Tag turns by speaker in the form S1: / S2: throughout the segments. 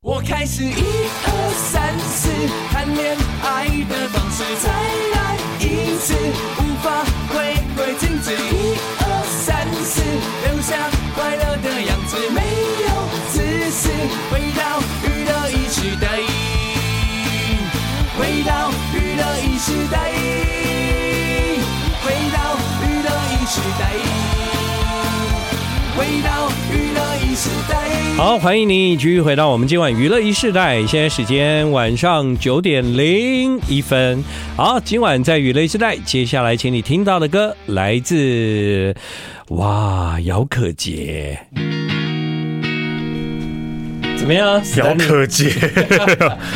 S1: 我开始一二三四谈恋爱的方式，再来一次，无法回归静止。一二三四，留下快乐的样子，没有自私，回到娱乐一时代，回到娱乐一时代，回到娱乐一时代，回到娱乐一时代。
S2: 好，欢迎您继续回到我们今晚娱乐一世代，现在时间晚上九点零一分。好，今晚在娱乐一世代，接下来请你听到的歌来自哇姚可杰，怎么样？
S3: 姚可杰，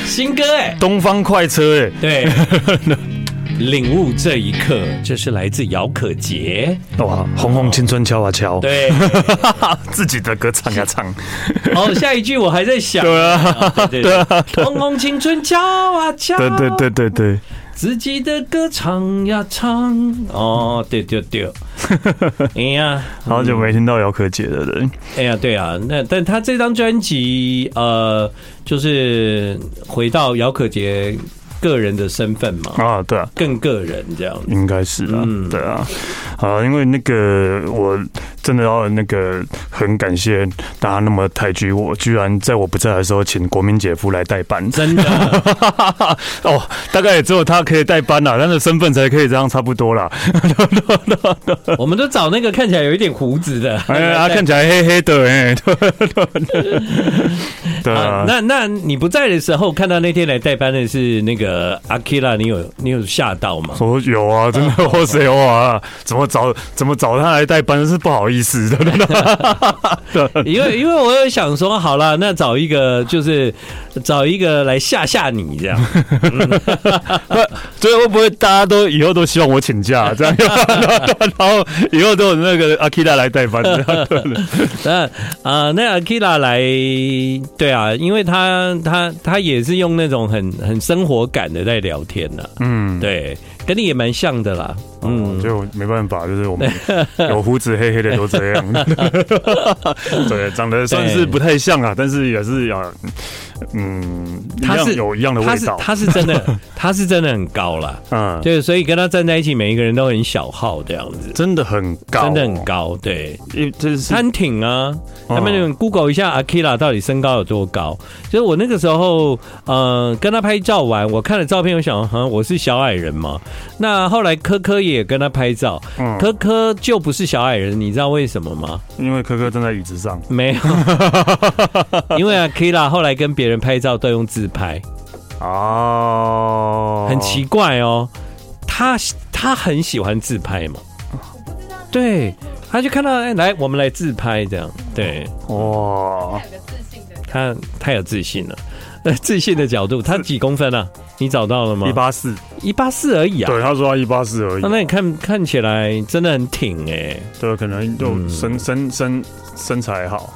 S2: 新歌哎、
S3: 东方快车哎，
S2: 对，领悟这一刻，这是来自姚可杰，
S3: 哇，红红青春敲啊敲，
S2: 对。
S3: 自己的歌唱啊唱，
S2: 哦，下一句我还在想。 对啊，对对对，红红青春敲啊敲，
S3: 对对对对对，
S2: 自己的歌唱呀唱，哦，对对 对，哎呀，
S3: 好久没听到姚可杰的人，
S2: 哎呀，对啊，那但他这张专辑，呃，就是回到姚可杰个人的身份嘛，
S3: 啊，对啊，
S2: 更个人这样子，
S3: 应该是啊，
S2: 嗯
S3: 对啊，啊，因为那个我真的要那个很感谢大家那么抬举我，居然在我不在的时候请国民姐夫来代班，
S2: 真的，
S3: 哦，大概也只有他可以代班啦，他的身份才可以这样差不多啦。
S2: 我们都找那个看起来有一点胡子的，
S3: 哎，他看起来黑黑的，哎， 对对对，对
S2: 啊
S3: 啊，，
S2: 那那你不在的时候，看到那天来代班的是那个阿 k i r a 你有你有吓到 吗？
S3: 我有啊，真的，我谁有啊？怎么找怎么找他来代班是不好意思 的，
S2: 因为因为我有想说，好了，那找一个就是找一个来吓吓你这样，
S3: 所以会不会大家都以后都希望我请假这样？ 然后以后都有那个阿 Kira 来代班，这样对
S2: 那啊、那阿 k i r a 来，对啊，因为他他他也是用那种很很生活感的在聊天呢、
S3: 嗯，
S2: 对，跟你也蛮像的啦，
S3: 嗯，
S2: 嗯，
S3: 就没办法，就是我们有胡子黑黑的都这样， 对，长得算是不太像啊，但是也是啊，嗯，一
S2: 他
S3: 样
S2: 是
S3: 有一样的
S2: 他
S3: 味
S2: 是
S3: 道，
S2: 他是真 的他是真的很高啦，
S3: 嗯，
S2: 对，所以跟他站在一起，每一个人都很小号这样子。
S3: 真的很高，哦
S2: 真的很，高，对，
S3: 因为这是
S2: 餐挺啊，
S3: 哦
S2: 他们你们 Google 一下 Akira 到底身高有多高？就是我那个时候，呃，跟他拍照完，我看了照片，我想，哈、我是小矮人嘛。那后来科科也跟他拍照，
S3: 嗯
S2: 科科就不是小矮人，你知道为什么吗？
S3: 因为科科站在椅子上，
S2: 没 有，因为 Akira 后来跟别人拍照都用自拍，
S3: 哦，
S2: 很奇怪哦。他他很喜欢自拍嘛，对，他就看到哎，来我们来自拍这样，对。
S3: 哇，
S2: 嗯他太有自信了， 呃，自信的角度，他几公分啊？你找到了吗？
S3: 一八四，
S2: 一八四而已啊。
S3: 对，他说他一八四而已
S2: 啊，，那你看看起来真的很挺哎、
S3: 对，可能就
S2: 嗯
S3: 身身身身材好，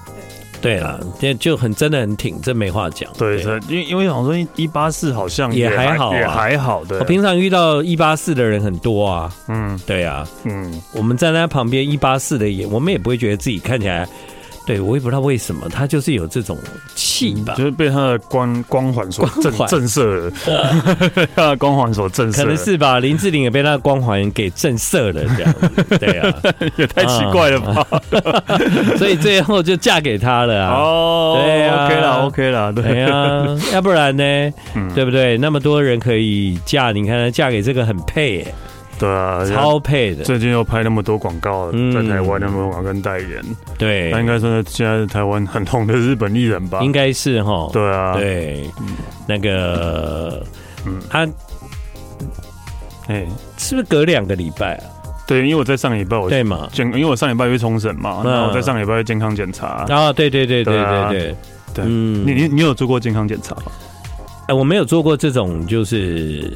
S2: 对啦，这就很真的很挺，这没话讲。
S3: 对，这因为因为好像一八四好像
S2: 也还好啊
S3: 也还好
S2: 我
S3: 的，
S2: 平常遇到一八四的人很多啊，
S3: 嗯
S2: 对啊，
S3: 嗯，
S2: 我们站在他旁边一八四的也，我们也不会觉得自己看起来，对我也不知道为什么，他就是有这种气吧
S3: 嗯就，是被他的光光环所震
S2: 啊光环
S3: 震慑 了，他的光环所震慑了，
S2: 可能是吧。林志玲也被他的光环给震慑了， 这样子，对啊，
S3: 也太奇怪了吧？
S2: 所以最后就嫁给他了嗯啊。
S3: 哦，
S2: 对啊
S3: ，OK 啦，OK 啦，
S2: 对啊
S3: 对，
S2: 呀、 要不然呢？
S3: 嗯
S2: 对不对？那么多人可以嫁，你看她嫁给这个很配耶，
S3: 对啊，
S2: 超配的。
S3: 最近又拍那么多广告，
S2: 嗯
S3: 在台湾那么多广告跟代言，
S2: 对
S3: 那、，应该算是现在是台湾很红的日本艺人吧？
S2: 应该是哈。
S3: 对啊，
S2: 对，那个，
S3: 嗯
S2: 他
S3: 哎，
S2: 是不是隔两个礼拜啊？
S3: 对，因为我在上礼拜我
S2: 对嘛？
S3: 健，因为我上礼拜去冲绳嘛，
S2: 嗯
S3: 然后我在上礼拜去健康检查。
S2: 啊，对对对对
S3: 对啊
S2: 对对，
S3: 对
S2: 嗯
S3: 你你你有做过健康检查吗？
S2: 哎，我没有做过这种，就是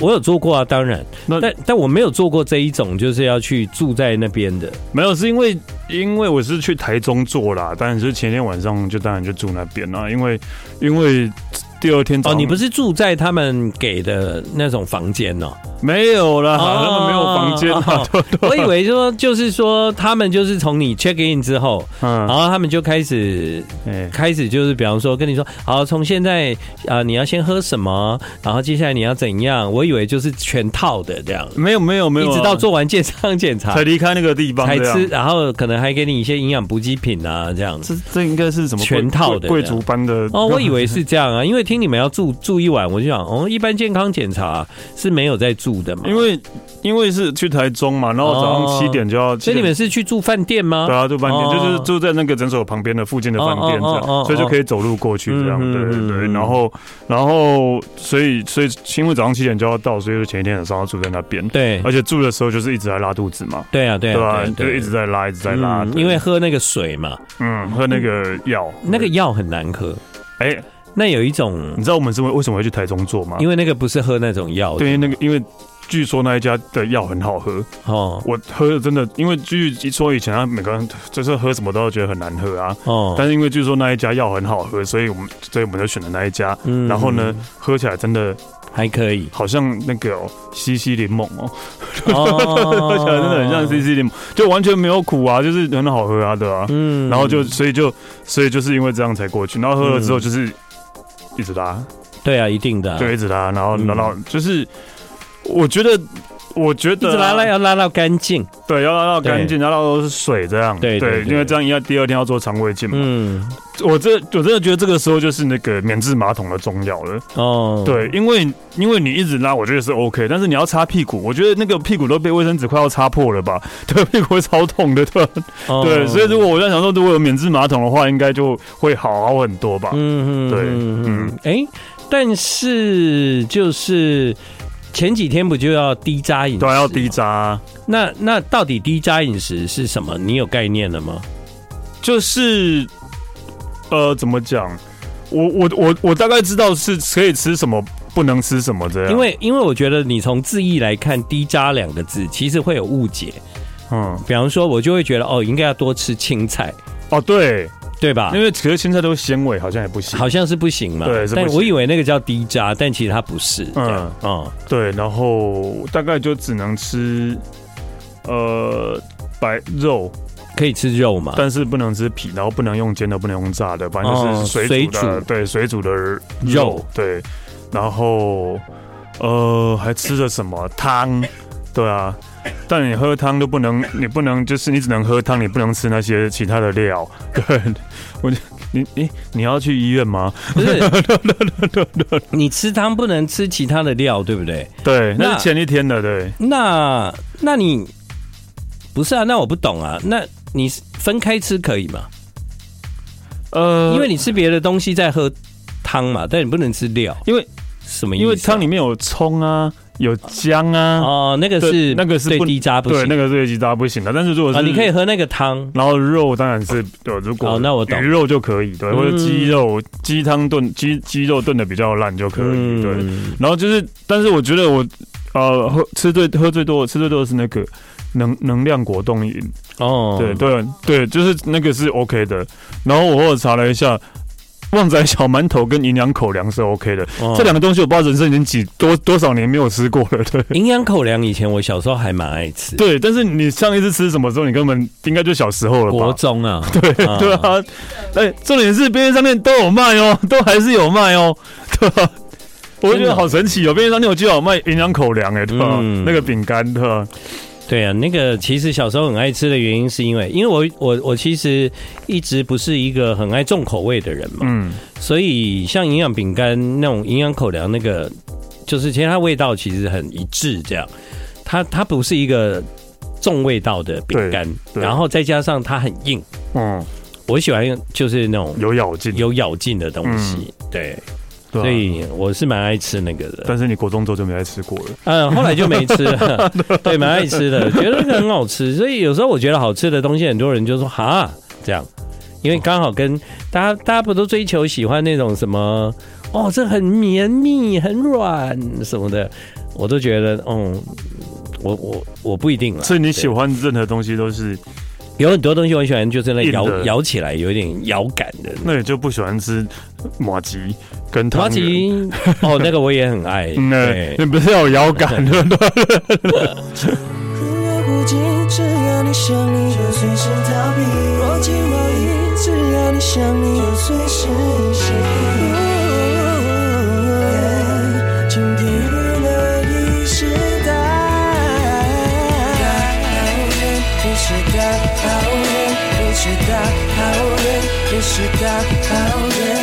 S2: 我有做过啊，当然，
S3: 那
S2: 但但我没有做过这一种，就是要去住在那边的。哦
S3: 没有，是因为因为我是去台中做啦，但是前天晚上就当然就住那边啦，因为因为。第二天早
S2: 哦，
S3: 上
S2: 你不是住在他们给的那种房间哦？
S3: 没有啦，
S2: 啊
S3: 他们没有房间 啊
S2: 哦，
S3: 对 对
S2: 我以为说就是说他们就是从你 check in 之后，然
S3: 嗯，
S2: 后他们就开始
S3: 哎，
S2: 开始就是，比方说跟你说，好，从现在啊、呃你要先喝什么，然后接下来你要怎样？我以为就是全套的这样，
S3: 没有没有没有啊，
S2: 一直到做完健康检查
S3: 才离开那个地方
S2: 才
S3: 这样
S2: 吃，。然后可能还给你一些营养补给品啊这样子。
S3: 这这应该是什么贵
S2: 全套的
S3: 贵贵族般的
S2: 哦，我以为是这样啊，因为听你们要住住一晚，我就想，哦，一般健康检查是没有在住的嘛，
S3: 因为因为是去台中嘛，然后早上七点就要，
S2: 哦所以你们是去住饭店吗？
S3: 对啊，住饭店
S2: 哦
S3: 就是住在那个诊所旁边的附近的饭店这
S2: 哦哦哦哦
S3: 样，所以就可以走路过去这样，
S2: 嗯
S3: 对对
S2: 嗯嗯
S3: 对。然后然后所以所以因为早上七点就要到，所以就前一天晚上要住在那边，
S2: 对
S3: 啊而且住的时候就是一直在拉肚子嘛，
S2: 对啊，对
S3: 对吧
S2: 啊，？
S3: 就一直在拉，一直在拉，
S2: 嗯
S3: 对
S2: 因为喝那个水嘛，
S3: 嗯喝那个药，
S2: 那个药很难喝。
S3: 哎，
S2: 那有一种
S3: 你，知道我们是为为什么会去台中做吗？
S2: 因
S3: 为
S2: 为那个不是喝那种药的，
S3: 对那个因为。据说那一家的药很好喝，
S2: 哦
S3: 我喝的真的，因为据说以前他每个人就是喝什么都觉得很难喝啊，
S2: 哦，
S3: 但是因为据说那一家药很好喝，所以我们所以我们就选了那一家。
S2: 嗯
S3: 然后呢，喝起来真的，
S2: 还可以
S3: 好像那个哦，西西柠檬哦，
S2: 哦
S3: 喝起来真的很像西西柠檬，就完全没有苦啊，就是很好喝啊，对啊。
S2: 嗯
S3: 然后就所以就所以就是因为这样才过去，然后喝了之后就是一直拉，
S2: 对嗯啊，一定的啊，
S3: 就一直拉，然后
S2: 嗯
S3: 然后就是我觉得。我觉
S2: 一
S3: 得啊
S2: 直拉拉要拉到干净，
S3: 对，要拉到干净，拉到都是水这样。
S2: 对对对
S3: 因为这样要第二天要做肠胃镜嘛。
S2: 嗯，
S3: 我这我真的觉得这个时候就是那个免治马桶的重要了。
S2: 哦，
S3: 对，因为因为你一直拉，我觉得是 OK，但是你要擦屁股，我觉得那个屁股都被卫生纸快要擦破了吧？对，屁股会超痛的，对吧，
S2: 哦
S3: 对，所以如果我在想说，如果有免治马桶的话，应该就会好好很多吧？
S2: 嗯嗯，
S3: 对
S2: 嗯，哎，但是就是前几天不就要低渣饮食？
S3: 对啊，要低渣啊，
S2: 那那到底低渣饮食是什么？你有概念了吗？
S3: 就是呃，怎么讲？我我我我大概知道是可以吃什么，不能吃什么这样。
S2: 因为因为我觉得你从字义来看“低渣”两个字，其实会有误解。
S3: 嗯
S2: 比方说，我就会觉得哦，应该要多吃青菜，
S3: 哦对，啊
S2: 对吧
S3: 因？为其实青菜都是纤维，好像也不行。
S2: 好像是不行嘛。
S3: 对是不
S2: 但
S3: 行
S2: 我以为那个叫低渣，但其实它不是。嗯
S3: 嗯
S2: 嗯，
S3: 对，然后大概就只能吃呃白肉，
S2: 可以吃肉嘛？
S3: 但是不能吃皮，然后不能用煎的，不能用炸的，反正就
S2: 哦
S3: 是水煮的，
S2: 水煮
S3: 对，水煮的肉，
S2: 肉
S3: 对，然后呃还吃了什么汤，对啊，但你喝汤都不能，你不能就是你只能喝汤，你不能吃那些其他的料， 对，我就你你你要去医院吗？
S2: 不 是，你吃汤不能吃其他的料，对不对？
S3: 对，那
S2: 那
S3: 是前一天的，对，
S2: 那那你不是啊？那我不懂啊。那你分开吃可以吗？
S3: 呃
S2: 因为你吃别的东西在喝汤嘛，但你不能吃料，
S3: 因为
S2: 什么意思啊？
S3: 因为汤里面有葱啊，有姜啊，
S2: 哦，那个
S3: 对
S2: 是
S3: 那个是
S2: 对
S3: 不
S2: 低渣不
S3: 对，
S2: 行
S3: 那个是鸡渣不行的。但是如果
S2: 啊，
S3: 是
S2: 你可以，喝那个汤。
S3: 然后肉当然是有，如果
S2: 哦那我懂
S3: 鱼肉就可以，对，
S2: 嗯
S3: 或者鸡肉鸡汤炖鸡鸡肉炖的比较烂就可以，对。
S2: 嗯
S3: 然后就是，但是我觉得我呃喝吃最喝最多吃最多的是那个。能能量果冻饮，
S2: 哦，
S3: 对对对，就是那个是 OK 的。然后我后来查了一下，旺仔小馒头跟营养口粮是 OK 的，
S2: 哦
S3: 这两个东西我不知道人生已经几多多少年没有吃过了， 对。
S2: 营养口粮以前我小时候还蛮爱吃，
S3: 对，但是你上一次吃什么时候？你根本应该就小时候了
S2: 国
S3: 吧？
S2: 中啊，
S3: 对
S2: 啊
S3: 对啊，哎、重点是便利商店都有卖哦，都还是有卖哦， 对吧、我就觉
S2: 真的
S3: 得好神奇哦，便利商店我记得有卖营养口粮哎，对吧、
S2: 嗯
S3: 那个饼干对吧？
S2: 对啊，那个其实小时候很爱吃的原因是因为，因为我我我其实一直不是一个很爱重口味的人嘛，
S3: 嗯，
S2: 所以像营养饼干那种营养口粮那个，就是其实它味道其实很一致，这样，它它不是一个重味道的饼干，
S3: 对对
S2: 然后再加上它很硬，
S3: 嗯，
S2: 我喜欢就是那种
S3: 有咬劲，
S2: 有咬劲的东西，对，
S3: 对啊
S2: 所以我是蛮爱吃那个的。
S3: 但是你国中之后就没再吃过了。
S2: 嗯，后来就没吃 了，对，蛮爱吃的，觉得那个很好吃。所以有时候我觉得好吃的东西，很多人就说哈这样，因为刚好跟大家大家不都追求喜欢那种什么哦，这很绵密、很软什么的，我哦都觉得嗯，我我我不一定了。
S3: 所以你喜欢任何东西都是
S2: 有很多东西我很喜欢，就是那
S3: 硬的
S2: 摇摇起来有一点摇感的。
S3: 那你就不喜欢吃马吉跟汤
S2: 麻
S3: 圆。
S2: 吉 哦，那个我也很爱。
S3: 嗯，
S2: 对
S3: 那你不是要有遥 感的？
S1: 无忧无极，只要你想你，就随时逃避；若即若离，只要你想你，就随时离席。今天娱乐一时代，一时代，好人，一时代，好人，一时代，好人，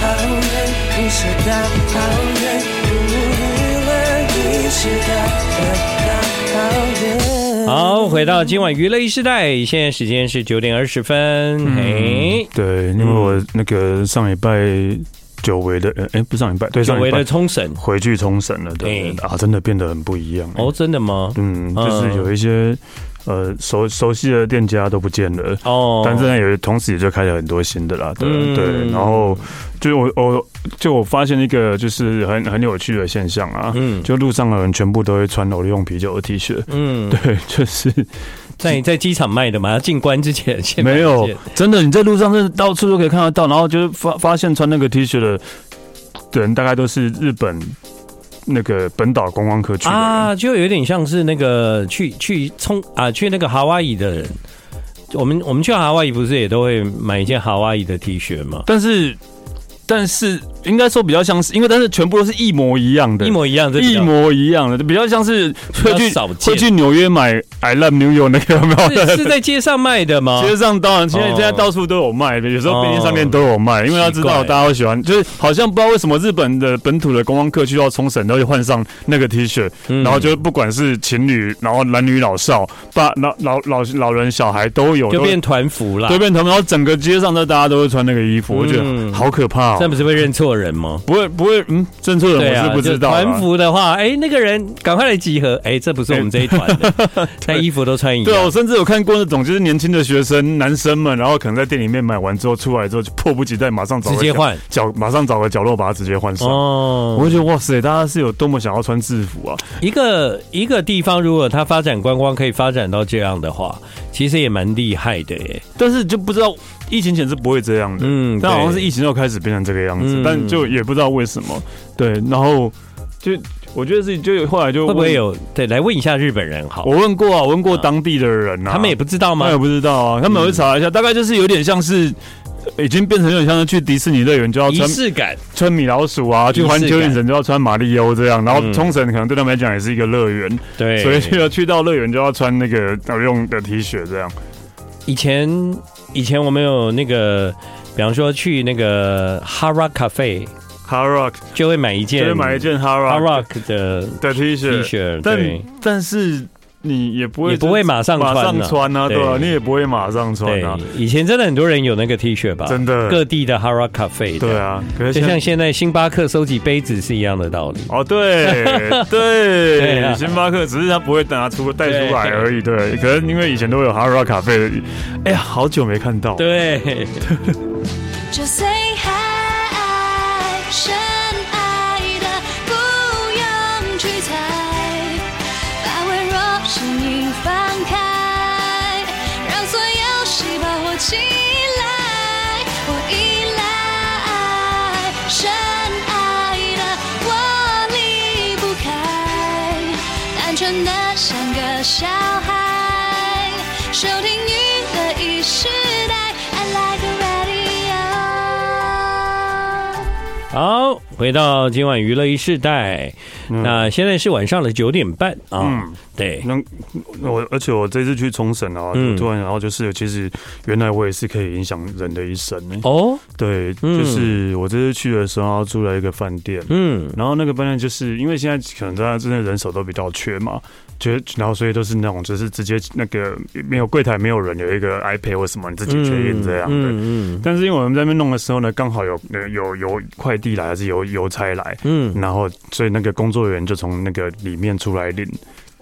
S1: 好人，一时代，好人，娱乐一时 代，好人。
S2: 好，回到今晚娱乐一时代，现在时间是九点二十分。
S3: 嗯
S2: 嘿，
S3: 对，因为我那个上礼拜久违的，哎、不是上礼拜，对，
S2: 久
S3: 上
S2: 违
S3: 礼
S2: 的
S3: 拜
S2: 冲绳
S3: 回去冲绳了，对
S2: 哎
S3: 啊，真的变得很不一样。
S2: 哦，真的吗？
S3: 嗯，就是有一些呃熟熟悉的店家都不见了。
S2: 哦，
S3: 但是呢，有同时也就开了很多新的啦，对、
S2: 嗯
S3: 对。然后就我我就我发现一个就是很很有趣的现象啊，
S2: 嗯
S3: 就路上的人全部都会穿我用啤酒的 T 恤，
S2: 嗯，
S3: 对，就是
S2: 在在机场卖的嘛，进关之前先买
S3: 没有
S2: 一件，
S3: 真的，你在路上是到处都可以看得到，然后就是发发现穿那个 T 恤的人，大概都是日本那个本岛观光客去的人。
S2: 啊，就有点像是那个去去冲啊，去那个夏威夷的人。我们我们去夏威夷不是也都会买一件夏威夷的 T 恤吗？
S3: 但是，但是应该说比较像是，因为但是全部都是一模一样的，
S2: 一模一样，这比
S3: 一
S2: 较
S3: 模一样的，比较像是会
S2: 较
S3: 去
S2: 少见
S3: 会去纽约买 I love New York 那个有没有？
S2: 是是在街上卖的吗？
S3: 街上当然，现在
S2: 哦
S3: 现在到处都有卖，有时
S2: 哦
S3: 候便利商店都有卖，因为他知
S2: 奇
S3: 道
S2: 怪
S3: 大家会喜欢，就是好像不知道为什么日本的本土的观光客去到冲绳都会换上那个 T 恤，
S2: 嗯
S3: 然后就不管是情侣，然后男女老少、爸老老老老人小孩都有，
S2: 就
S3: 都
S2: 变团服啦
S3: 对。变成，然后整个街上都大家都会穿那个衣服，我觉
S2: 嗯
S3: 得好可怕
S2: 这
S3: 哦。
S2: 不是会认错人吗？
S3: 不会不会，嗯，正确的
S2: 对
S3: 我
S2: 啊，
S3: 是不知道
S2: 就
S3: 啦。
S2: 团服的话，哎、那个人赶快来集合，哎、这不是我们这一团 的，那衣服都穿一样。
S3: 对啊，我甚至有看过那种就是年轻的学生男生们，然后可能在店里面买完之后出来之后就迫不及待马上找个
S2: 直接
S3: 角
S2: 换
S3: 角，马上找个角落把它直接换上。
S2: 哦，
S3: 我就觉得哇塞，大家是有多么想要穿制服啊！
S2: 一个一个地方如果它发展观光可以发展到这样的话，其实也蛮厉害的耶。
S3: 但是就不知道疫情前是不会这样的，
S2: 嗯
S3: 但好像
S2: 对
S3: 是疫情后开始变成这个样子，
S2: 嗯
S3: 但就也不知道为什么。对，然后就我觉得自己就有后来就
S2: 会不
S3: 问
S2: 会？有？对，来问一下日本人好，
S3: 我问过啊，我问过当地的人啊，
S2: 他们也不嗯知道
S3: 他
S2: 吗
S3: 们也？不知道啊，他们有去查一下，大概就是有点像是。已经变成有点像是去迪士尼乐园就要
S2: 仪
S3: 穿
S2: 式感，
S3: 穿米老鼠啊，去环球影城就要穿马里欧这样，然后冲绳可能对他们来讲也是一个乐园，
S2: 嗯对，
S3: 所以去了去到乐园就要穿那个要用的 T 恤这样。
S2: 以前以前我们有那个，比方说去那个 Hara Cafe，
S3: Hard Rock
S2: 就会买一件，
S3: 就会买一件
S2: Hard
S3: Hard Rock
S2: Rock 的
S3: 的
S2: T
S3: T 恤，
S2: 恤，
S3: 但
S2: 对
S3: 但是你也不会
S2: 也不会马上
S3: 马
S2: 穿啊
S3: 上穿啊，对吧？
S2: 对
S3: 你也不会马上穿
S2: 对
S3: 啊，，
S2: 以前真的很多人有那个 T 恤吧？
S3: 真的
S2: 各地的 Hara Cafe，
S3: 对。啊，可是
S2: 就
S3: 现在
S2: 像现在星巴克收集杯子是一样的道理。
S3: 哦，对
S2: 对啊
S3: 对，星巴克只是他不会拿出带出来而已，对。可能因为以前都有 Hard Rock 咖啡的，哎呀，好久没看到，
S2: 对，
S4: Just say hi，深爱的不用去猜，把微弱声音放开，让所有细胞活起来。我依赖深爱的，我离不开，单纯的像个小孩，收听娱乐一时代，I like radio。
S2: 好，回到今晚娱乐一世代，
S3: 嗯
S2: 那现在是晚上的九点半啊。对，
S3: 能我，而且我这次去冲绳啊，
S2: 嗯
S3: 我突然然后就是，其实原来我也是可以影响人的一生、欸。
S2: 哦，
S3: 对，
S2: 嗯
S3: 就是我这次去的时候然后住了一个饭店，
S2: 嗯，
S3: 然后那个饭店就是因为现在可能大家真的人手都比较缺嘛，觉然后所以都是那种就是直接那个没有柜台没有人有一个 iPad 或什么你自己确认这样的。
S2: 嗯嗯
S3: 但是因为我们在那边弄的时候呢，刚好有呃有有快递来还是有邮差来，
S2: 嗯
S3: 然后所以那个工作人员就从那个里面出来领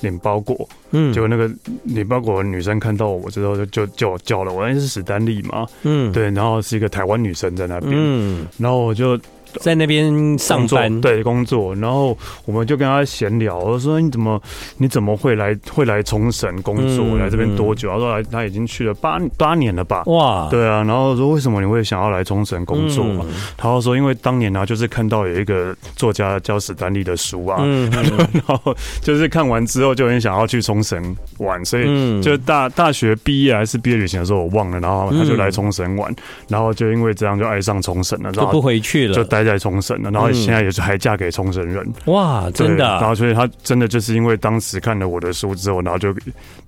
S3: 领包裹，
S2: 嗯，
S3: 结果那个领包裹的女生看到我之后就就就叫了我，那是史丹利嘛，
S2: 嗯
S3: 对，然后是一个台湾女生在那边，
S2: 嗯
S3: 然后我就
S2: 在那边上
S3: 工作
S2: 班，
S3: 对工作，然后我们就跟他闲聊，我说哎你怎么你怎么会来会来冲绳工作，
S2: 嗯
S3: 来这边多久？他说来哎他已经去了八八年了吧。
S2: 哇，
S3: 对啊，然后说为什么你会想要来冲绳工作、
S2: 嗯
S3: 啊？他就说因为当年啊，就是看到有一个作家叫史丹利的书啊，
S2: 嗯，
S3: 然后就是看完之后就很想要去冲绳玩，所
S2: 嗯
S3: 以就大大学毕业还是毕业旅行的时候我忘了，然后他
S2: 嗯
S3: 就来冲绳玩，然后就因为这样就爱上冲绳了，然
S2: 就
S3: 后
S2: 不回去
S3: 就
S2: 了，
S3: 待在冲绳了，然后
S2: 嗯
S3: 现在也是还嫁给冲绳人，
S2: 哇，
S3: 对
S2: 真的
S3: 然
S2: 啊，
S3: 后所以他真的就是因为当时看了我的书之后，然后就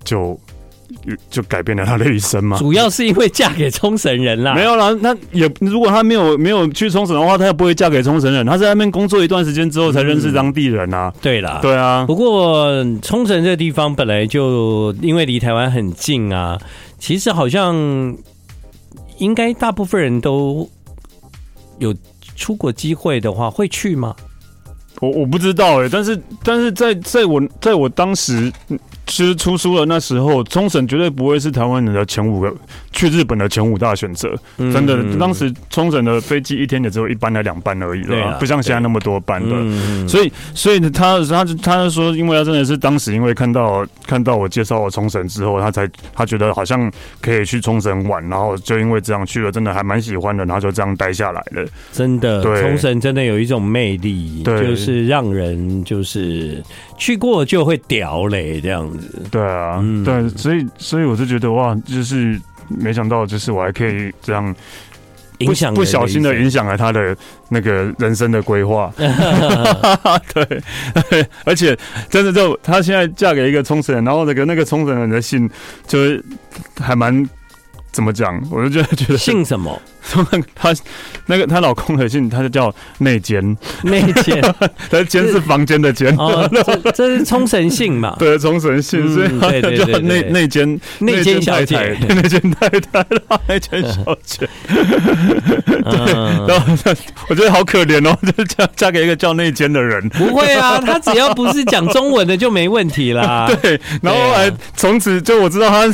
S3: 就就改变了他的一生嘛。
S2: 主要是因为嫁给冲绳人啦，
S3: 没有啦，那也如果他没有没有去冲绳的话，他也不会嫁给冲绳人。他在那边工作一段时间之后，才认识当地人啊。
S2: 对啦，
S3: 对啊，
S2: 不过冲绳这地方本来就因为离台湾很近啊，其实好像应该大部分人都有出国机会的话会去吗？
S3: 我我不知道哎、但是但是在在我在我当时就是出书的那时候，冲绳绝对不会是台湾人的前五个去日本的前五大选择。
S2: 嗯
S3: 真的，当时冲绳的飞机一天也只有一班来两班而已
S2: 对啊
S3: 了，不像现在那么多班了。
S2: 嗯
S3: 所以，所以他他就他就说，因为他真的是当时因为看到看到我介绍了冲绳之后，他才他觉得好像可以去冲绳玩，然后就因为这样去了，真的还蛮喜欢的，然后就这样待下来了。
S2: 真的，
S3: 对
S2: 冲绳真的有一种魅力，
S3: 对
S2: 就是让人就是去过就会屌嘞这样子。
S3: 对啊，
S2: 嗯
S3: 对，所以所以我就觉得哇，就是没想到，就是我还可以这样不
S2: 影响
S3: 不小心的
S2: 人
S3: 影响了他的那个人生的 规划。
S2: 一生
S3: 对， 而且真的就她现在嫁给一个冲绳人，然后那个那个冲绳人的姓就是还蛮怎么讲，我就觉得觉得
S2: 姓 什么
S3: 她那个她老公的姓，他就叫内奸，
S2: 那一件
S3: 但是奸是房间的奸。
S2: 哦，这这是冲绳姓嘛？
S3: 对，冲绳姓，
S2: 嗯
S3: 所以他
S2: 对对
S3: 就
S2: 对
S3: 叫
S2: 对
S3: 内内奸
S2: 内奸小姐
S3: 太 太内奸太太，然后内奸小 姐，
S2: 嗯
S3: 然后 我觉得好可怜哦， 就嫁嫁给一个叫内奸的人，
S2: 不会啊，他只要不是讲中文的就没问题啦。
S3: 对，然后
S2: 对啊
S3: 后来从此就我知道他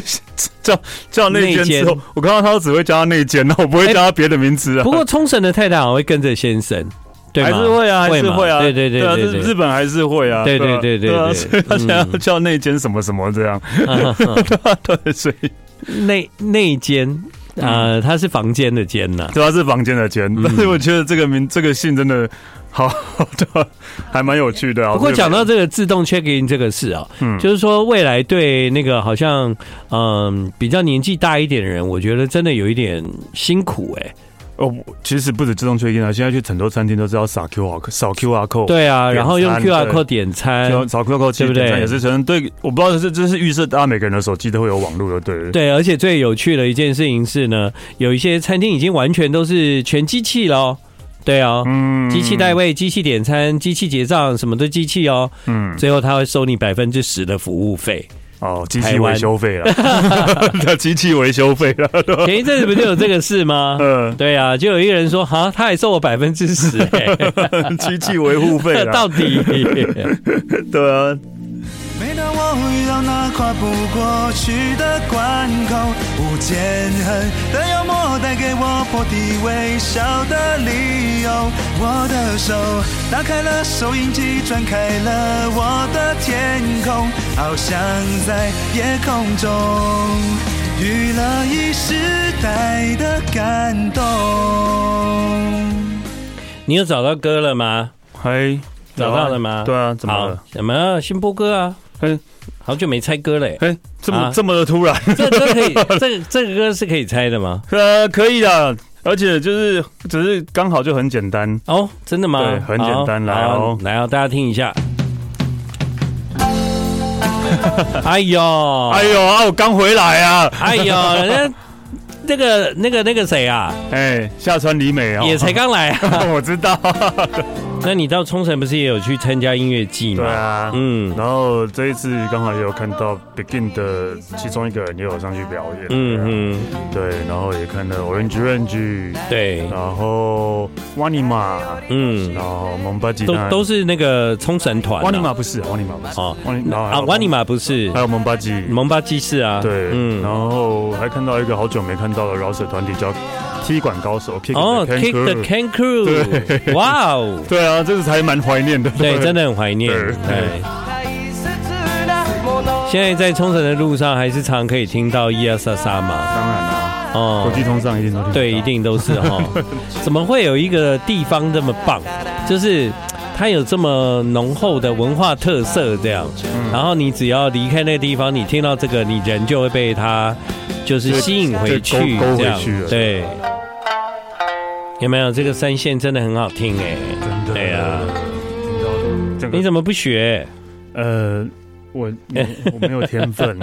S3: 叫叫内奸之
S2: 内
S3: 后
S2: 奸，
S3: 我看到他都只会叫他内奸，然 后我不会
S2: 哎
S3: 叫他别的名字啊。
S2: 不过冲绳的太太好像会跟着先生，对吗？
S3: 还是会啊，还是
S2: 嘛
S3: 会啊，
S2: 对对对
S3: 啊，
S2: 对
S3: 日日本还是会啊，
S2: 对
S3: 对
S2: 对对对
S3: 啊
S2: 对
S3: 啊
S2: 嗯
S3: 所以他想要叫内奸什么什么这样，
S2: 对，
S3: 对，所以
S2: 啊内内间。
S3: 嗯
S2: 啊，他是房间的间 呐，
S3: 主要啊是房间的奸，
S2: 嗯
S3: 但是我觉得这个名这个姓真的好， 对啊，还蛮有趣的啊。
S2: 不过
S3: 我觉得
S2: 讲到这个自动 check in 这个事啊，
S3: 嗯
S2: 就是说未来对那个好像嗯比较年纪大一点的人，我觉得真的有一点辛苦哎、
S3: 哦，其实不止自动确定啊，现在去很多餐厅都是要扫 QR code，扫 QR code，
S2: 对啊，然后用
S3: 哦点
S2: QR
S3: 餐
S2: code 点餐，
S3: 就找 QQ
S2: 对
S3: 其
S2: 不
S3: 实
S2: 对
S3: 点餐也是可能对，我不知道这这是预设大家每个人的手机都会有网络的，对。
S2: 对，而且最有趣的一件事情是呢，有一些餐厅已经完全都是全机器了哦，对啊、
S3: 嗯
S2: 机器代位、机器点餐、机器结账，什么都机器哦。
S3: 嗯，
S2: 最后他会收你百分之十的服务费。
S3: 哦，机
S2: 台
S3: 器
S2: 湾
S3: 维修费 了，机器维修费 了，对吧
S2: 前一阵子不就有这个事吗？
S3: 嗯，
S2: 对啊，就有一个人说，哈，他还收我百分之十， 哎，
S3: 机器维护费
S2: 到
S3: 了，
S2: 底？
S3: 对啊，
S5: 每当我遇到那跨不过去的关口，无间恨的幽默带给我破涕为笑的理由。我的手打开了收音机，转开了我的天空，翱翔在夜空中，娱乐一时代的感动。
S2: 你有找到歌了吗？
S3: 嘿，
S2: 找到了吗？
S3: 对啊，怎么
S2: 好
S3: 了？，嗯
S2: 怎么新播歌啊？
S3: 嘿，。
S2: 好久没猜歌嘞
S3: 嘿，这
S2: 啊
S3: 么这么的突然，
S2: 这歌 可以，这这个歌是可以猜的吗？
S3: 呃，可以的，而且就是只是刚好就很简单，
S2: 哦，真的吗？
S3: 对很简单
S2: 好
S3: 来
S2: 好
S3: 哦
S2: 来哦，大家听一 下。哎呦，
S3: 哎呦啊，我刚回来啊，
S2: 哎呦，人家那个那个那个谁啊，
S3: 哎，下川里美啊，
S2: 也才刚来啊。
S3: 我知道，
S2: 那你到冲绳不是也有去参加音乐季吗？
S3: 对啊，
S2: 嗯
S3: 然后这一次刚好也有看到 Begin 的其中一个人也有上去表演，嗯
S2: 嗯嗯，
S3: 嗯，对，然后也看了 Orange Range，
S2: 对，
S3: 然后 Wanima，
S2: 嗯
S3: 然，后蒙巴吉
S2: 都
S3: 娜，
S2: 都是那个冲绳团啊。
S3: 嗯 Wanima 不是 Wanima 不是
S2: 哦
S3: ，Wani- 然后还
S2: 啊，
S3: 有
S2: 瓦尼玛不是
S3: 还有蒙巴吉，
S2: 蒙巴基士啊。
S3: 对，然哦
S2: 嗯，
S3: 后还看到一个好久没看到的饶舌团体叫踢馆高手 Kick
S2: 哦
S3: the
S2: ，Kick the
S3: Can。
S2: Can Crew，哇 哦，
S3: 对啊，这个还蛮怀念的。
S2: 对，真的很怀念。
S3: 对
S2: 对，
S1: 对
S2: 现在在冲绳的路上还是常可以听到一二三三嘛，
S3: 当然啦，
S2: 哦
S3: 国，际通上一定都听得到
S2: 对，一。定都是 哈。怎么会有一个地方这么棒？就是它有这么浓厚的文化特色，这样。
S3: 嗯
S2: 然后你只要离开那个地方，你听到这个，你人就会被它就是
S3: 就
S2: 吸引回去
S3: 就勾，勾
S2: 这
S3: 回
S2: 样
S3: 去了
S2: 对。有没有这个三线真的很好听哎？
S3: 真的。
S2: 对啊，
S3: 听到整个
S2: 你怎么不 学？
S3: 呃，我我我没有 天分，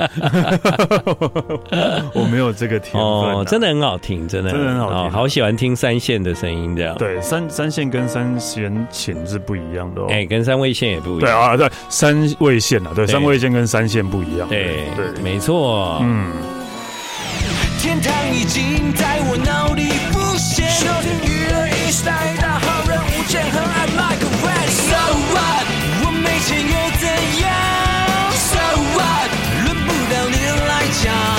S3: 我没有这个天分、啊
S2: 哦，真的。很好听，真的
S3: 真的很好听
S2: 哦好喜欢听三线的声音这样。，
S3: 对，三三线跟三弦琴是不一样的哦。
S2: 哎，跟三味线也不一
S3: 对
S2: 样。
S3: 啊，对三位线啊，对，
S2: 对
S3: 三位线跟三线不一样。对，
S2: 对，没错。
S3: 嗯，
S1: 天堂已经在我脑里浮现。收听娱乐一时代，大好人物见很爱 like a red。So what？我没钱又怎样？So what？轮不到你来讲。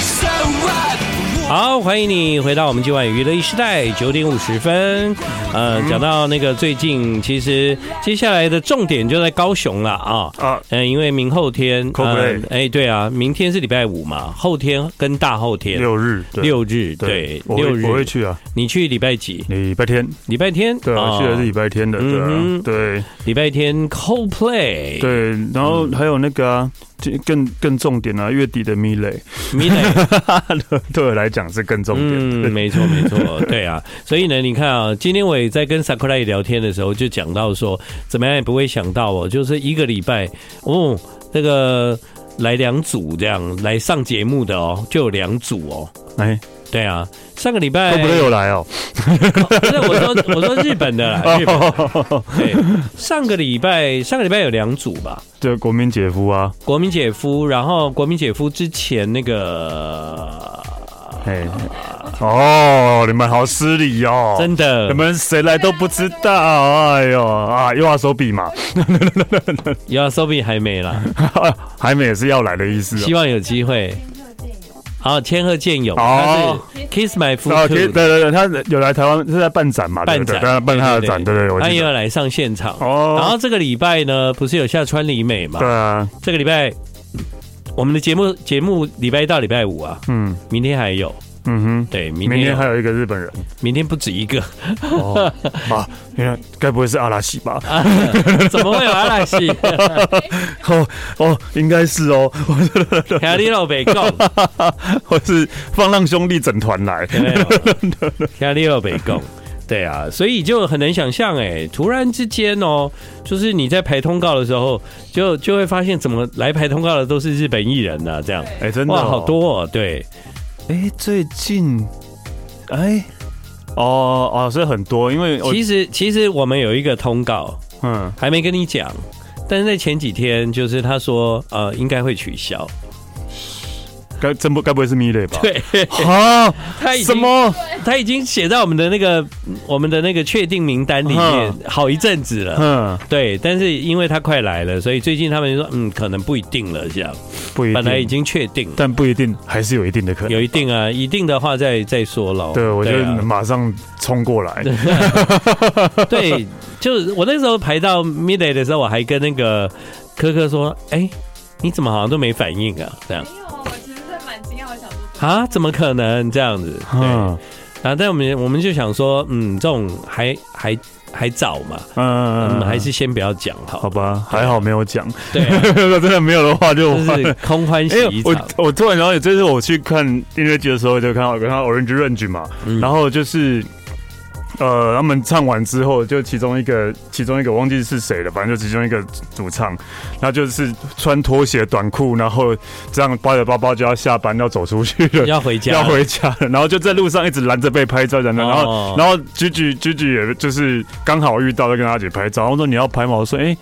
S1: So what？我
S2: 好，欢迎你回到我们今晚娱乐一时代九点五十分。呃，
S3: 嗯
S2: 讲到那个最近，其实接下来的重点就在高雄了啊。
S3: 啊
S2: 嗯、因为明后天，呃
S3: Coldplay
S2: 哎、对啊，明天是礼拜五嘛，后天跟大后天
S3: 六日，对
S2: 六日，对，
S3: 我
S2: 六
S3: 会我会
S2: 日，
S3: 去啊，
S2: 你去礼拜几？
S3: 礼拜天，
S2: 礼拜天？
S3: 对啊，去的是礼拜天的，对
S2: 嗯
S3: 啊
S2: 哼，
S3: 对
S2: 礼拜天 Coldplay，
S3: 对，然后还有那个啊，就更更重点啊，月底的米蕾，
S2: m i d a
S3: 对我来讲是更重点
S2: 嗯，
S3: 的，
S2: 没错没错，对啊，所以呢，你看啊，今天我也在跟 Sakurai 聊天的时候，就讲到说，怎么样也不会想到哦，就是一个礼拜哦，这个来两组这样来上节目的哦，就有两组哦，
S3: 哎，
S2: 对啊，上个礼拜
S3: 都不会有来哦，
S2: 不是我说我说日本的 啦，日本的
S3: 哦，
S2: 对，上个礼拜上个礼拜有两组吧，
S3: 这国民姐夫啊，
S2: 国民姐夫，然后国民姐夫之前那个
S3: 哎，哦，你们好失礼哦，
S2: 啊真的
S3: 你们谁来都不知道，哎呦啊，又要手比嘛，
S2: 有 Sobi 还没啦，
S3: 海美也是要来的意思哦
S2: 希望有机会。好，千鹤健勇，他
S3: 哦
S2: 是 Kiss My
S3: 哦，对
S2: Food，
S3: 对对，他有来台湾是在办展嘛，对
S2: 办
S3: 不对
S2: 展，
S3: 对办他的展，对对，对我
S2: 他也
S3: 记
S2: 有
S3: 得。
S2: 来上现场。
S3: 哦
S2: 哎然后这个礼拜呢，不是有下川里美嘛
S3: 对？啊，
S2: 这个礼拜我们的节目节目礼拜一到礼拜五啊，
S3: 嗯
S2: 明天还有，
S3: 嗯哼，
S2: 对，明
S3: 明
S2: 天
S3: 天
S2: 有
S3: 还有一个日 本人
S2: 明天不止一个，
S3: 哦啊，原来该不会是阿拉西吧？
S2: 怎么会有阿拉西？
S3: 哦哦，应该是哦，
S2: 还有你老北贡，
S3: 我是放浪兄弟整 团来，
S2: 有没有听你有北贡。对啊，所以就很难想象哎，突然之间哦，就是你在排通告的时候，就就会发现怎么来排通告的都是日本艺人呐、啊，这样
S3: 哎，真的
S2: 哇，
S3: 哦
S2: 好。多哦，对，
S3: 哎，最近，哎，哦哦，所以很多，因为我
S2: 其实其实我们有一个通告
S3: 嗯，
S2: 还没跟你讲，但是在前几天就是他说呃应该会取消，
S3: 该真不该不会是米蕾吧？
S2: 对，
S3: 啊，
S2: 他已
S3: 什
S2: 经
S3: 么？
S2: 他已经写在我们的那个我们的那个确定名单里面
S3: 嗯
S2: 好一阵子了。
S3: 嗯，
S2: 对，但是因为他快来了，所以最近他们说，嗯，可能不一定了，这样，
S3: 不一定，
S2: 本来已经确定了，
S3: 但不一定，还是有一定的可能。
S2: 有一定啊，一定的话再再说喽。
S3: 对，我就
S2: 啊
S3: 马上冲过来。
S2: 对，就是我那时候排到 midday 的时候，我还跟那个科科说，哎、你怎么好像都没反应啊？这样
S6: 没有，我其实是蛮惊讶，我想说，
S2: 啊，怎么可能这样子？对，
S3: 嗯
S2: 然后但我们我们就想说，嗯，这种还还还早嘛，
S3: 嗯
S2: 嗯，还是先不要讲好
S3: 好，吧，还好没有讲。
S2: 对啊、
S3: 如果 真的没有的话，就
S2: 就
S3: 完
S2: 是
S3: 了。
S2: 空欢喜
S3: 哎、
S2: 一场。
S3: 我我突然想到，这次我去看音乐剧的时候，就看到有看到 Orange Range 嘛，
S2: 嗯
S3: 然后就是。呃，他们唱完之后，就其中一个，其中一个忘记是谁了，反正就其中一个主唱，他就是穿拖鞋、短裤，然后这样包着包包就要下班，要走出去了，
S2: 要回家了
S3: 要回家了，然后就在路上一直拦着被拍照，然后、然
S2: 哦
S3: 后然后居居居居也就是刚好遇到，就跟他一起拍照，然后说你要拍吗？我说哎、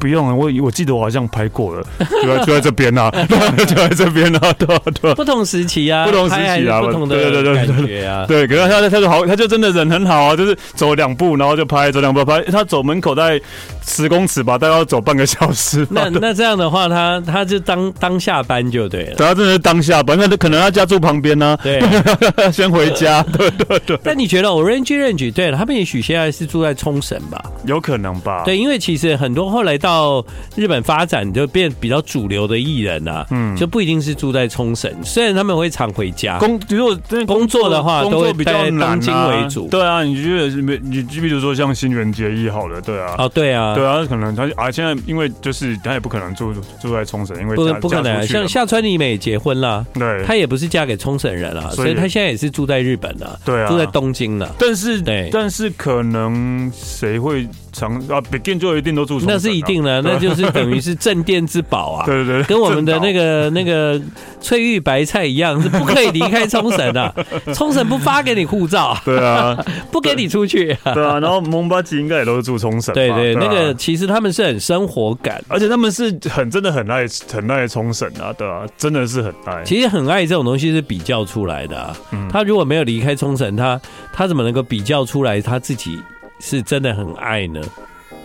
S3: 不用了，我我记得我好像拍过了，就在就在这边呐、啊， 就在这边呐、啊， 对啊对啊
S2: 不同时期啊，
S3: 不同时期啊
S2: 拍还是不同的
S3: 对对对对
S2: 感觉啊。
S3: 对，可是他他就好，他就真的人很好好啊，就是走两步，然后就拍，走两步拍。他走门口大概十公尺吧，大概要走半个小时吧。
S2: 那 那这样的话，他他就当当下班就对了。
S3: 等他真的是当下吧，那可能他家住旁边呢、
S2: 对，
S3: 啊， 先回家。对对对，
S2: 那你觉得 Orange Range 对了，他们也许现在是住在冲绳吧？
S3: 有可能吧。
S2: 对，因为其实很多后来到日本发展，就变比较主流的艺人啊，嗯，就不一定是住在冲绳，虽然他们会常回家。
S3: 工如果真的
S2: 工作的话
S3: 啊工
S2: 都会
S3: 作比较
S2: 待
S3: 难、啊、
S2: 东京为主
S3: 对啊，你觉得是没你就比如说像新垣结衣好了，对啊。
S2: 哦，对啊，
S3: 对啊，可能他啊，现在因为就是他也不可能住住在冲绳，因为
S2: 不
S3: 嫁
S2: 不可能
S3: 嫁
S2: 啊，
S3: 出去了
S2: 像
S3: 嘛
S2: 夏川里美也结婚了。
S3: 对，
S2: 她也不是嫁给冲绳人啊，
S3: 所
S2: 所
S3: 以
S2: 以她现在也是住在日本了，
S3: 对啊
S2: 住在东京了。
S3: 但是
S2: 对
S3: 但是可能谁会常啊？Begin 就一定都住冲绳啊、
S2: 那是一定的，那就是等于是镇店之宝啊，
S3: 对对对，
S2: 跟我 们的那
S3: 个
S2: 个那个翠玉白菜一样，是不可以离开冲绳的， 冲绳不发给你护照，
S3: 对啊
S2: 不给你出去。
S3: 对啊，然后蒙巴吉应该也都是住冲绳吧，
S2: 对对，
S3: 啊
S2: 那个。其实他们是很生活感，
S3: 而且他们是很真的很爱很爱冲绳啊，对啊，真的是很爱。
S2: 其实很爱这种东西是比较出来的、啊。
S3: 嗯
S2: 他如果没有离开冲绳，他他怎么能够比较出来他自己是真的很爱呢？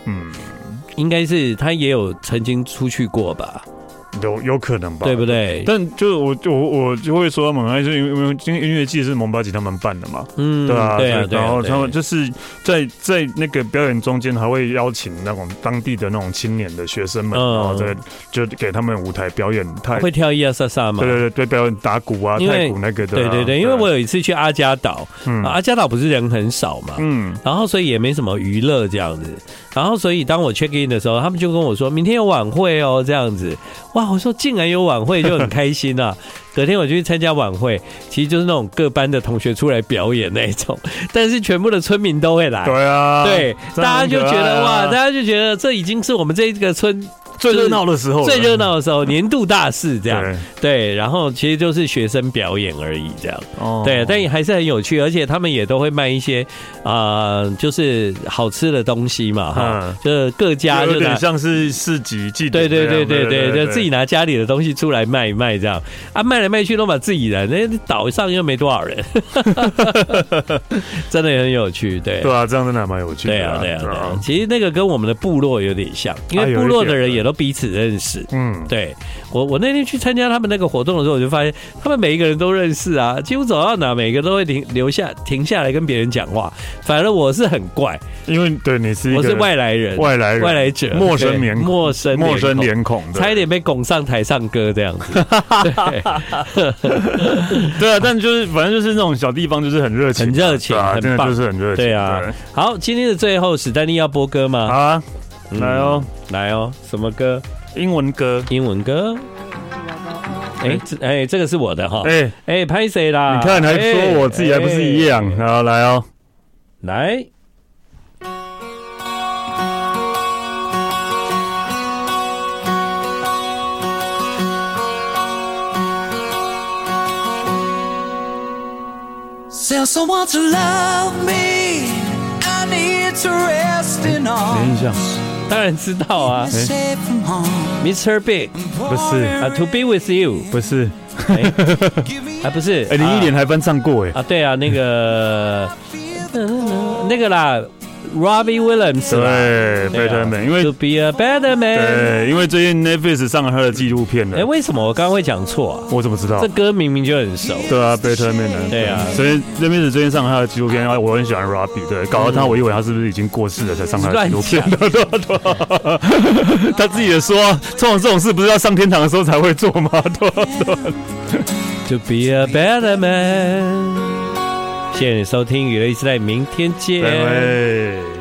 S3: 嗯，
S2: 应该是他也有曾经出去过吧，
S3: 有有可能吧，
S2: 对不对？
S3: 但就是我就我我就会说他们爱，是因为因为因为音乐季是蒙巴吉他们办的嘛，
S2: 嗯，
S3: 对啊，
S2: 对啊，对
S3: 然
S2: 啊
S3: 后他们
S2: 对
S3: 就是在在那个表演中间，还会邀请那种当地的那种青年的学生们，
S2: 嗯
S3: 然后再就给他们舞台表演太，
S2: 会跳伊亚萨萨嘛
S3: 对？对对对，表演打鼓啊，
S2: 因为
S3: 太鼓那个的
S2: 对
S3: 啊，
S2: 对对，因为我有一次去阿加岛，
S3: 嗯
S2: 啊阿加岛不是人很少嘛，
S3: 嗯
S2: 然后所以也没什么娱乐这样子。然后所以当我 check in 的时候，他们就跟我说明天有晚会哦，这样子。哇，我说竟然有晚会，就很开心啊。隔天我就去参加晚会，其实就是那种各班的同学出来表演那一种， 但是全部的村民都会来。
S3: 对啊，
S2: 对，
S3: 真
S2: 大
S3: 的
S2: 家
S3: 很
S2: 就
S3: 可
S2: 觉
S3: 爱
S2: 得哇，
S3: 啊
S2: 大家就觉得这已经是我们这个村
S3: 最热闹的时候了，
S2: 最热闹的时候，年度大事这样。
S3: 对
S2: 对，然后其实就是学生表演而已，这样。
S3: 哦
S2: 对，但也还是很有趣，而且他们也都会卖一些啊、呃就是好吃的东西嘛，哈、
S3: 嗯
S2: 就是各家
S3: 有
S2: 就拿
S3: 点。像是市集祭典
S2: 对
S3: 那
S2: 对
S3: 样，
S2: 对对对，就自己拿家里的东西出来卖一卖，这样啊，卖来卖去都把自己 人，那岛上又没多少人， 真的很有趣，对
S3: 对啊，这样真的还蛮有趣的，
S2: 对啊对啊对啊，其实那个跟我们的部落有点像，因
S3: 啊
S2: 为
S3: 有一
S2: 部落的
S3: 点
S2: 人
S3: 对
S2: 也都彼此认识，
S3: 嗯，
S2: 对我，我那天去参加他们那个活动的时候，我就发现他们每一个人都认识啊，几乎走到哪，每个都会停留下停下来跟别人讲话。反而我是很怪，
S3: 因为对你是一个
S2: 我是外来人，
S3: 外来人
S2: 外来者，
S3: 陌生
S2: 对
S3: 面孔
S2: 陌生
S3: 陌生
S2: 孔
S3: 脸孔的，
S2: 差一点被拱上台唱歌这样子。对
S3: 对啊，但就是反正就是那种小地方，就是很热情啊，
S2: 很热情
S3: 对啊
S2: 很
S3: 真的
S2: 棒
S3: 就是很热情，
S2: 对啊，好，今天的最后，史丹利要播歌
S3: 好
S2: 吗？
S3: 啊，
S2: 嗯
S3: 来哦，
S2: 来哦，什么歌？
S3: 英文歌，
S2: 英文歌？哎，这哎，这个是我的哈。
S3: 哎，
S2: 哎，拍谁啦？
S3: 你看还说我自己还不是一样
S2: 哎，
S3: 然后来哦，
S2: 来。
S1: Tell someone to love me. I need to rest in
S3: 等一
S1: all.
S3: 下，
S2: 当然知道 啊
S3: 哎
S1: Safe from home.
S2: ，Mr. Big
S1: 不
S3: 是
S2: 啊，To be with you
S3: 不是，
S2: 啊，不是，
S3: 哎，你一脸还翻唱过哎
S2: 啊，，啊对啊，那个呃那个啦，Robbie Williams 啦，
S3: 对，非常美，因为
S2: To be a better man，
S3: 对，因为最近 Netflix 上了他的纪录片
S2: 哎，
S3: 了，
S2: 为什么我刚刚会讲错啊？
S3: 我怎么知道
S2: 这？歌明明就很熟，
S3: 对啊，Better Man 的，
S2: 对啊
S3: 所以那边是最近上他的纪录片，然啊后我很喜欢 Robbie，对，搞到
S2: 嗯
S3: 他，我以为他是不是已经过世了才上他的纪录片，对对对，他自己也说，这种这种事不是要上天堂的时候才会做吗？对对，
S2: To be a better man，谢谢你收听娱乐一时代，明天见。
S3: 对。